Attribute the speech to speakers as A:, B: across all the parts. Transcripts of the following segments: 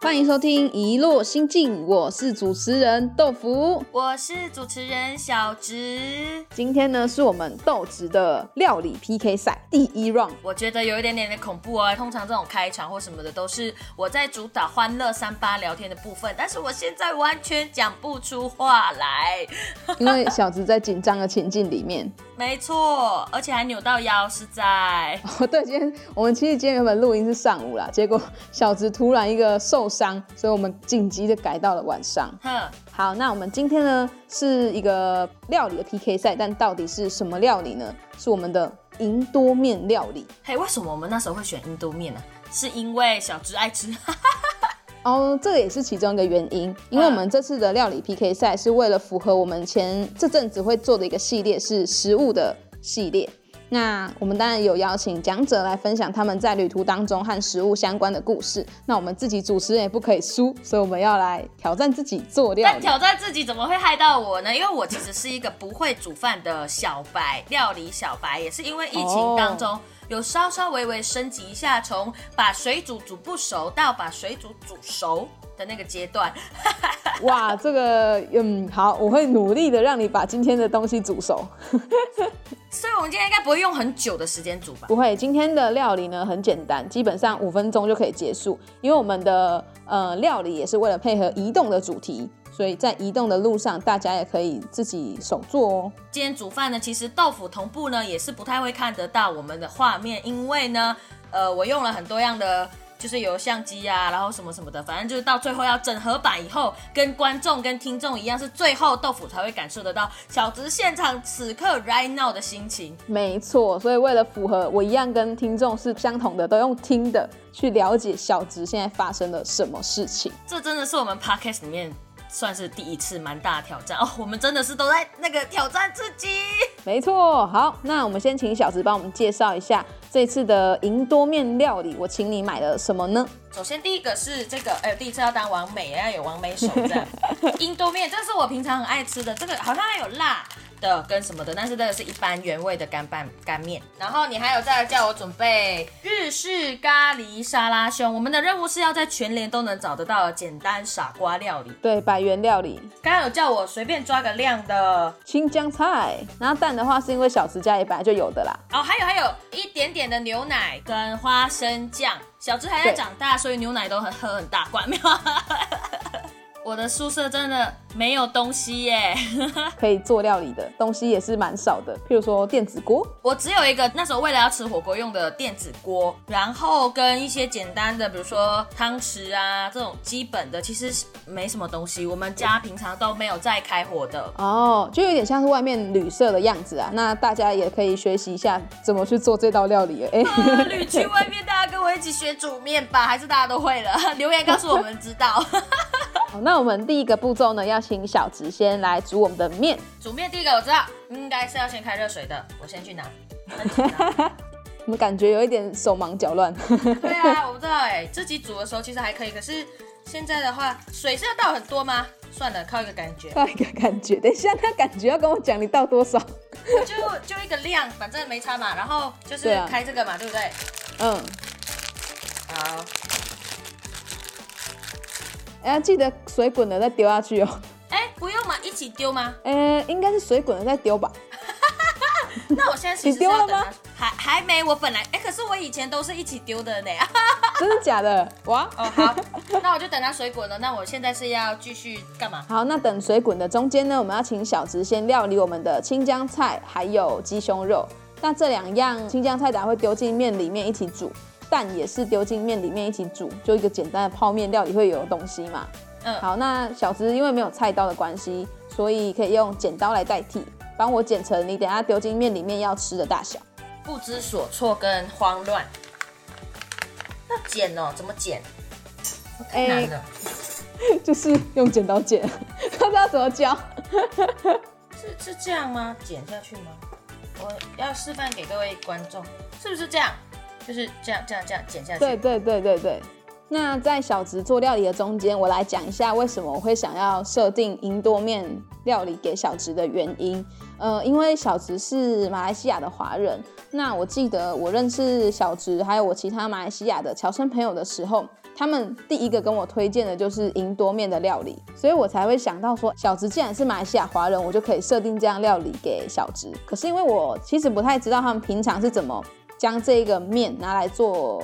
A: 欢迎收听《一落心境》，我是主持人豆腐。
B: 我是主持人小植。
A: 今天呢，是我们豆汁的料理 PK 赛第一 round。
B: 我觉得有一点点的恐怖哦。通常这种开场或什么的都是我在主导欢乐三八聊天的部分，但是我现在完全讲不出话来。
A: 因为小直在紧张的情境里面。
B: 没错，而且还扭到腰，是在
A: 哦，对，今天我们其实今天原本录音是上午啦，结果小直突然一个受伤，所以我们紧急的改到了晚上。
B: 哼，
A: 好，那我们今天呢是一个料理的 PK 赛，但到底是什么料理呢？是我们的银多面料理。
B: 嘿，为什么我们那时候会选印度面呢、是因为小植爱吃，
A: 哦，这个也是其中一个原因，因为我们这次的料理 PK 赛是为了符合我们前这阵子会做的一个系列是食物的系列。那我们当然有邀请讲者来分享他们在旅途当中和食物相关的故事。那我们自己主持人也不可以输，所以我们要来挑战自己做料
B: 但
A: 理。
B: 挑战自己怎么会害到我呢？因为我其实是一个不会煮饭的小白，料理小白，也是因为疫情当
A: 哦
B: 中。有稍稍微微升级一下，从把水煮煮不熟到把水煮煮熟的那个阶段，
A: 哇，这个嗯好，我会努力的让你把今天的东西煮熟。
B: 所以我们今天应该不会用很久的时间煮吧？
A: 不会，今天的料理呢很简单，基本上五分钟就可以结束。因为我们的呃料理也是为了配合移动的主题，所以在移动的路上，大家也可以自己手做哦。
B: 今天煮饭呢，其实豆腐同步呢也是不太会看得到我们的画面，因为呢，呃，我用了很多样的。就是有相机啊，然后什么什么的，反正就是到最后要整合版以后，跟观众跟听众一样，是最后豆腐才会感受得到小直现场此刻 right now 的心情。
A: 没错，所以为了符合，我一样跟听众是相同的，都用听的去了解小植现在发生了什么事情。
B: 这真的是我们 podcast 里面算是第一次蛮大的挑战哦，我们真的是都在那个挑战自己。
A: 没错，好，那我们先请小植帮我们介绍一下这次的银多面料理，我请你买了什么呢？
B: 首先第一个是这个，哎、第一次要当王美，要有王美手这样。印度面，这是我平常很爱吃的，这个好像还有辣的跟什么的，但是这个是一般原味的干拌干面。然后你还有再来叫我准备日式咖喱沙拉胸，我们的任务是要在全联都能找得到的简单傻瓜料理。
A: 对，百元料理，
B: 刚刚有叫我随便抓个量的，
A: 青江菜，然后蛋的话是因为小吃家里本来就有的啦。
B: 哦，还有还有一点点的牛奶跟花生酱。小智还在
A: 对
B: 长大，所以牛奶都很喝很大罐，没有。 我的宿舍真的没有东西耶，
A: 可以做料理的东西也是蛮少的，譬如说电子锅。
B: 我只有一个那时候为了要吃火锅用的电子锅，然后跟一些简单的，比如说汤匙啊这种基本的，其实是没什么东西。我们家平常都没有在开火的，
A: 哦，就有点像是外面旅社的样子啊。那大家也可以学习一下怎么去做这道料理。哎、
B: 啊旅去外面，大家跟我一起学煮面吧，还是大家都会了？ 留言告诉我们知道。
A: 好，那我们第一个步骤呢，要请小植先来煮我们的面。
B: 煮面第一个我知道，应该是要先开热水的，我先 去拿。
A: 我们感觉有一点手忙脚乱。
B: 对啊，我不知道哎、自己煮的时候其实还可以，可是现在的话，水是要倒很多吗？算了，靠一个感觉，
A: 到一个感觉，等一下那感觉要跟我讲你倒多少？
B: 就就一个量，反正没差嘛。然后就是
A: 对啊
B: 开这个嘛，对不对？
A: 嗯，
B: 好，
A: 哎、记得水滚了再丢下去哦。
B: 哎，不用嘛，一起 丢吗？
A: 呃、应该是水滚了再丢 吧。
B: 那我现在其
A: 你
B: 实是
A: 丢了
B: 要等它啊
A: 吗，
B: 还还没，我本来哎，可是我以前都是一起丢的呢。
A: 真的假的？哇！
B: 哦，好， 那我就等它水滚了。那我现在是要继续干嘛？
A: 好，那等水滚的中间呢，我们要请小植先料理我们的青江菜还有鸡胸肉。那这两样青江菜等下会丢进面里面一起煮，蛋也是丢进面里面一起煮，就一个简单的泡面料理会有的东西嘛。
B: 嗯
A: 好，那小植因为没有菜刀的关系，所以可以用剪刀来代替，帮我剪成你等下丢进面里面要吃的大小。
B: 不知所措跟慌乱。要剪哦，怎么剪？
A: 哎
B: 太难了，
A: 就是用剪刀剪， 不知道怎么教。
B: 是是这样吗？剪下去吗？我要示范给各位观众，是不是这样？就是这样这样这样剪下去。
A: 对对对对对。那在小植做料理的中间，我来讲一下为什么我会想要设定银多面料理给小植的原因。呃，因为小植是马来西亚的华人，那我记得我认识小植还有我其他马来西亚的侨生朋友的时候，他们第一个跟我推荐的就是银多面的料理，所以我才会想到说，小植既然是马来西亚华人，我就可以设定这样料理给小植。可是因为我其实不太知道他们平常是怎么将这个面拿来做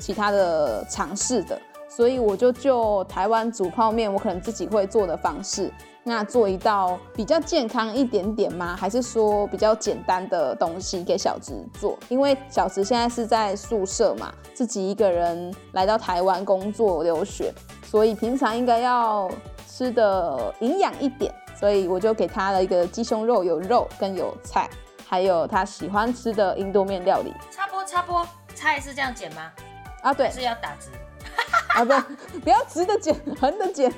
A: 其他的尝试的，所以我就就台湾煮泡面，我可能自己会做的方式，那做一道比较健康一点点吗？还是说比较简单的东西给小植做？因为小植现在是在宿舍嘛，自己一个人来到台湾工作留学，所以平常应该要吃的营养一点，所以我就给他了一个鸡胸肉，有肉跟有菜，还有他喜欢吃的印度面料理
B: 插播插播，菜是这样剪吗？
A: 啊，对
B: 还是要打直？
A: 啊不，不要直的剪，横的剪。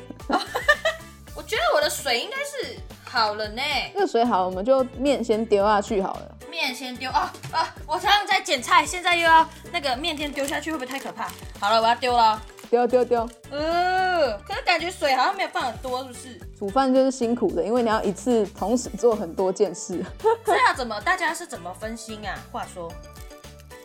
B: 我觉得我的水应该是好了呢，
A: 热水好，我们就面先丢下去好了。
B: 面先丢哦啊！我常常在剪菜，现在又要那个面先丢下去，会不会太可怕？好了，我要丢了。
A: 丢丢丢，
B: 呃，可是感觉水好像没有放很多，是不是？
A: 煮饭就是辛苦的，因为你要一次同时做很多件事。
B: 这要怎么？大家是怎么分心啊？话说，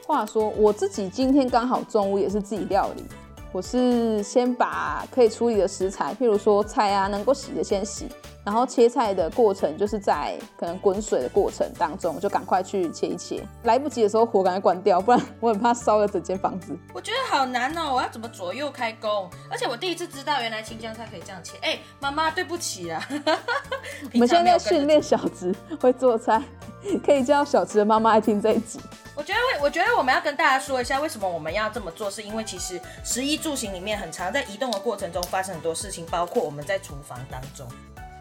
A: 话说我自己今天刚好中午也是自己料理，我是先把可以处理的食材，譬如说菜啊，能够洗的先洗，然后切菜的过程就是在可能滚水的过程当中，就赶快去切一切，来不及的时候火赶快关掉，不然我很怕烧了整间房子。
B: 我觉得好难哦，我要怎么左右开弓？而且我第一次知道，原来青江菜可以这样切。哎、妈妈，对不起啊 啦。
A: 我们现在在训练小植会做菜， 可以叫小植的妈妈来听这一集。
B: 我觉得为我觉得我们要跟大家说一下，为什么我们要这么做，是因为其实食衣住行里面很常在移动的过程中发生很多事情，包括我们在厨房当中。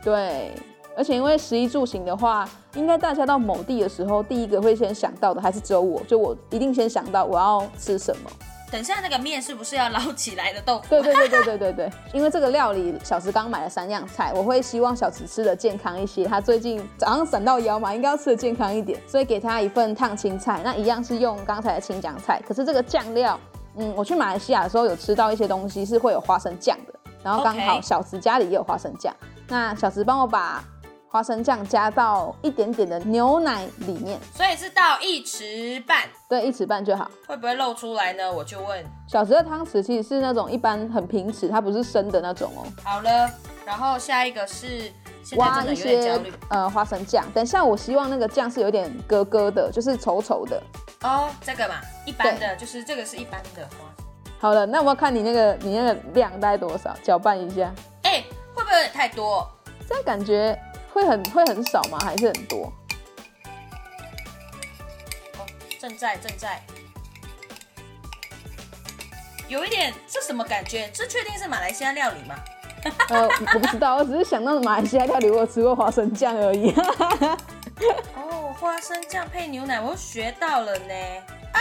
A: 对，而且因为食衣住行的话，应该大家到某地的时候，第一个会先想到的还是只有我，就我一定先想到我要吃什么。
B: 等一下那个面是不是要捞起来的豆腐？
A: 对对对对对对对，因为这个料理，小池刚买了三样菜，我会希望小池吃的健康一些。他最近早上闪到腰嘛，应该要吃的健康一点，所以给他一份烫青菜，那一样是用刚才的青江菜，可是这个酱料，嗯，我去马来西亚的时候有吃到一些东西是会有花生酱的，然后刚好
B: OK
A: 小池家里也有花生酱，那小池帮我把花生酱加到一点点的牛奶里面，
B: 所以是到一匙半，
A: 对，一匙半就好。
B: 会不会漏出来呢？我就问。
A: 小池的汤匙其实是那种一般很平齿，它不是生的那种哦。
B: 好了，然后下一个是现在
A: 挖
B: 真的
A: 一
B: 有点焦
A: 些
B: 虑
A: 呃花生酱。等一下，我希望那个酱是有点咯咯的，就是稠稠的。
B: 哦，这个嘛，一般的就是这个是一般的花。
A: 好了，那我要看你那个你那个量大概多少，搅拌一下，
B: 哎、会不会有点太多？
A: 这样感觉会很会很少吗？还是很多？
B: 哦，正在正在，有一点这什么感觉？这确定是马来西亚料理吗？
A: 呃， 我不知道，我只是想到马来西亚料理，我有吃过花生酱而已。
B: 哦，花生酱配牛奶，我又学到了呢。啊，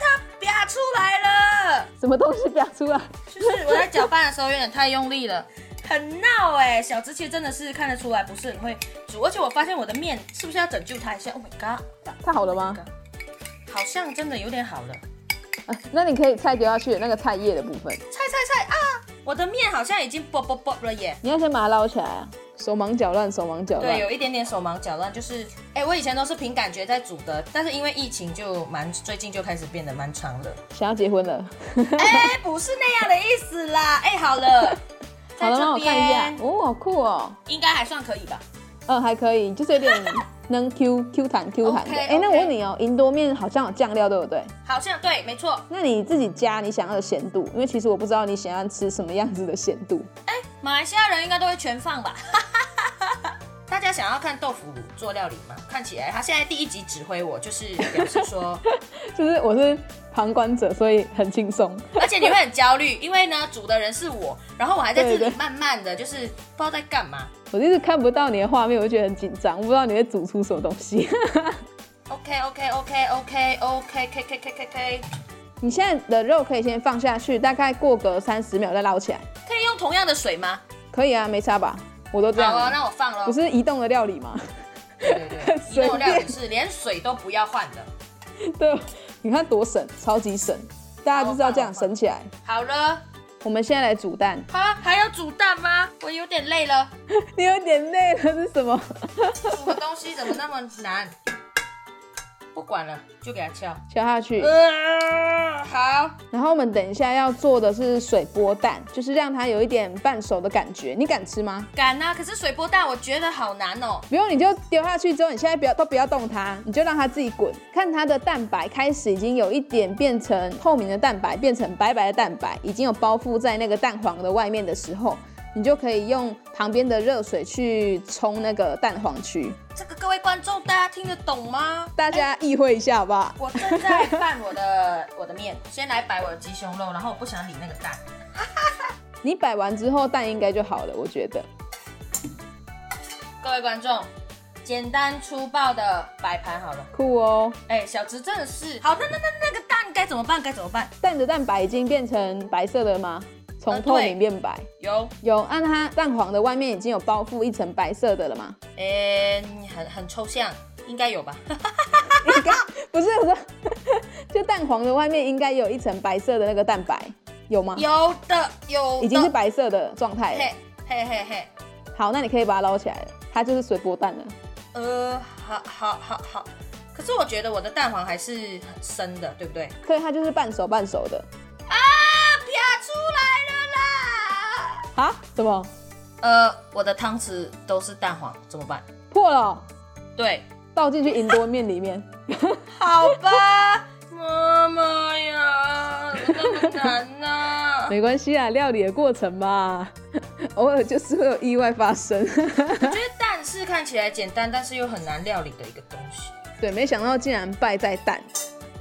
B: 它啪出来了！
A: 什么东西表出来？
B: 就是我在搅拌的时候有点太用力了， 很闹哎、小芝其实真的是看得出来不是很会煮，而且我发现我的面是不是要拯救它一下？Oh my god！
A: 太好了吗？
B: 好像真的有点好了。
A: 啊那你可以菜丢下去，那个菜叶的部分，
B: 菜菜菜啊！我的面好像已经啵啵啵了耶。
A: 你要先把它捞起来啊！手忙脚乱，手忙脚
B: 对，
A: 乱。
B: 有一点点手忙脚乱，就是，哎、我以前都是凭感觉在煮的，但是因为疫情就蛮，最近就开始变得蛮长 了。
A: 想要结婚了？
B: 哎、不是那样的意思啦，哎、好了，
A: 好
B: 在
A: 了吗？
B: 这
A: 我看一下
B: 边，
A: 哦，好酷哦。
B: 应该还算可以吧？
A: 嗯，还可以，就是有点能 Q Q 弹 Q 弹的。
B: OK，
A: 哎、那我
B: OK
A: 问你哦，银多面好像有酱料，对不对？
B: 好像对，没错。
A: 那你自己加你想要的咸度，因为其实我不知道你想要吃什么样子的咸度。
B: 马来西亚人应该都会全放吧？ 大家想要看豆腐做料理吗？看起来他现在第一集指挥我，就是表示说，
A: 就是我是旁观者，所以很轻松。
B: 而且你会很焦虑，因为呢，煮的人是我，然后我还在这
A: 对
B: 里
A: 对
B: 慢慢的就是不知道在干嘛。
A: 我就是看不到你的画面，我就觉得很紧张，我不知道你会煮出什么东西。
B: OK OK OK OK OK K K K K K，
A: 你现在的肉可以先放下去，大概过个三十秒再捞起来，
B: 可以用同样的水吗？
A: 可以啊，没差吧？我都这样
B: 好
A: 了，
B: 啊，那我放了
A: 不。是移动的料理吗？
B: 对对对，移
A: 随
B: 动料理
A: 便
B: 是连水都不要换的。
A: 对，你看多省，超级省，大家就是要这样
B: 好好好
A: 省起来。
B: 好了，
A: 我们现在来煮蛋。
B: 啊，还要煮蛋吗？我有点累了，
A: 你有点累了是什么？
B: 煮的东西怎么那么难？不管了，就给它敲。
A: 敲下去。
B: 呃，好，
A: 然后我们等一下要做的是水波蛋，就是让它有一点半熟的感觉。你敢吃吗？
B: 敢啊！可是水波蛋我觉得好难哦。
A: 不用，你就丢下去之后，你现在不要都不要动它，你就让它自己滚，看它的蛋白开始已经有一点变成透明的蛋白，变成白白的蛋白，已经有包覆在那个蛋黄的外面的时候，你就可以用旁边的热水去冲那个蛋黄区。
B: 这个各位观众，大家听得懂吗？
A: 大家意会一下好不好？
B: 我正在拌我的我的面，先来摆我的鸡胸肉，然后我不想理那个蛋。
A: 你摆完之后，蛋应该就好了，我觉得。
B: 各位观众，简单粗暴的摆盘好了。
A: 酷哦，
B: 哎，小直真的是好，那那那那个蛋该怎么办？该怎么办？
A: 蛋的蛋白已经变成白色了吗？从
B: 呃
A: 透
B: 对
A: 明变白。
B: 有，
A: 有，按它蛋黄的外面已经有包覆一层白色的了 嘛？
B: 哎，很很抽象，应该 有吧？
A: 应该不是， 我说，就蛋黄的外面应该有一层白色的那个蛋白，有吗？
B: 有的，有的，
A: 已经是白色的状态了。
B: 嘿嘿嘿嘿，
A: 好，那你可以把它捞起来了，它就是水波蛋了。
B: 呃，好好好好。可是我觉得我的蛋黄还是很深的，对不对？
A: 所以它就是半熟半熟的。
B: 啊，啪出来了啦！
A: 啊？怎么
B: 呃，我的汤匙都是蛋黄，怎么办？
A: 破了哦？
B: 对，
A: 倒进去银多面里 面。
B: 好吧，妈妈呀，那么难呐、
A: 没关系啊，料理的过程嘛， 偶尔就是会有意外发 生。
B: 我觉得蛋是看起来简单，但是又很难料理的一个东西。
A: 对，没想到竟然败在蛋。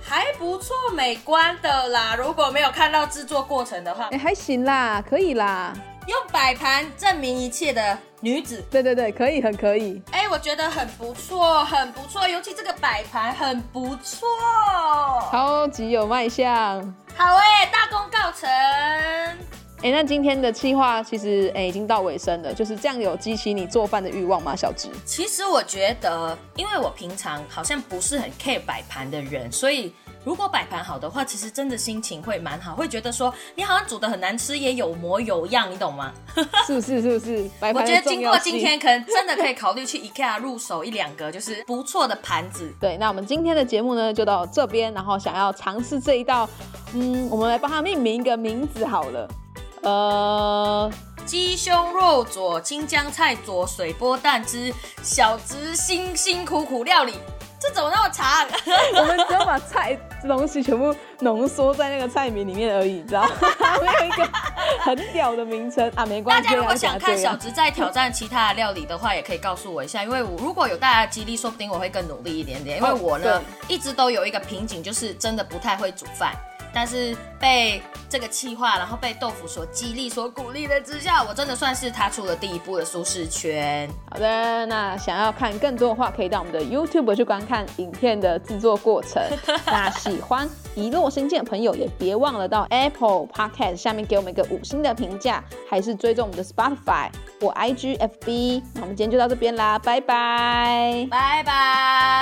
B: 还不错，美观的啦。如果没有看到制作过程的话
A: 哎、，还行啦，可以啦。
B: 用摆盘证明一切的女子，
A: 对对对，可以，很可以。
B: 哎、我觉得很不错，很不错，尤其这个摆盘很不错。好，
A: 超级有卖相。
B: 好哎、大功告成。
A: 哎、那今天的计划其实哎、已经到尾声了，就是这样有激起你做饭的欲望吗？小植，
B: 其实我觉得，因为我平常好像不是很 care 摆盘的人，所以如果摆盘好的话，其实真的心情会蛮好，会觉得说你好像煮的很难吃，也有模有样，你懂吗？
A: 是不是？是不是？白
B: 我
A: 盘
B: 觉
A: 的
B: 得
A: 重
B: 经
A: 要
B: 过
A: 性
B: 今，天，可能真的可以考虑去 IKEA 入手一两个，就是不错的盘子。
A: 对，那我们今天的节目呢就到这边，然后想要尝试这一道，嗯，我们来帮它命名一个名字好了。呃，
B: 鸡胸肉佐青江菜佐水波蛋汁，小直辛辛苦苦料理，这怎么那么长？
A: 我们只有把菜这东西全部浓缩在那个菜名里面而已，你知 道吗？没有一个很屌的名称啊，没
B: 大
A: 关系。
B: 家如
A: 我
B: 果
A: 想要
B: 想看
A: 这
B: 小
A: 样
B: 直在挑战其他的料理的话，也可以告诉我一下，因为我如果有大家的激励，说不定我会更努力一点点。因为我呢
A: 哦，
B: 一直都有一个瓶颈，就是真的不太会煮饭。但是被这个气话，然后被豆腐所激励、所鼓励的之下，我真的算是踏出了第一步的舒适圈。
A: 好的，那想要看更多的话，可以到我们的 YouTube 去观看影片的制作过程。那喜欢《一落仙境》的朋友，也别忘了到 Apple Podcast 下面给我们一个五星的评价，还是追踪我们的 Spotify 或 IGFB。那我们今天就到这边啦，拜拜。
B: 拜拜。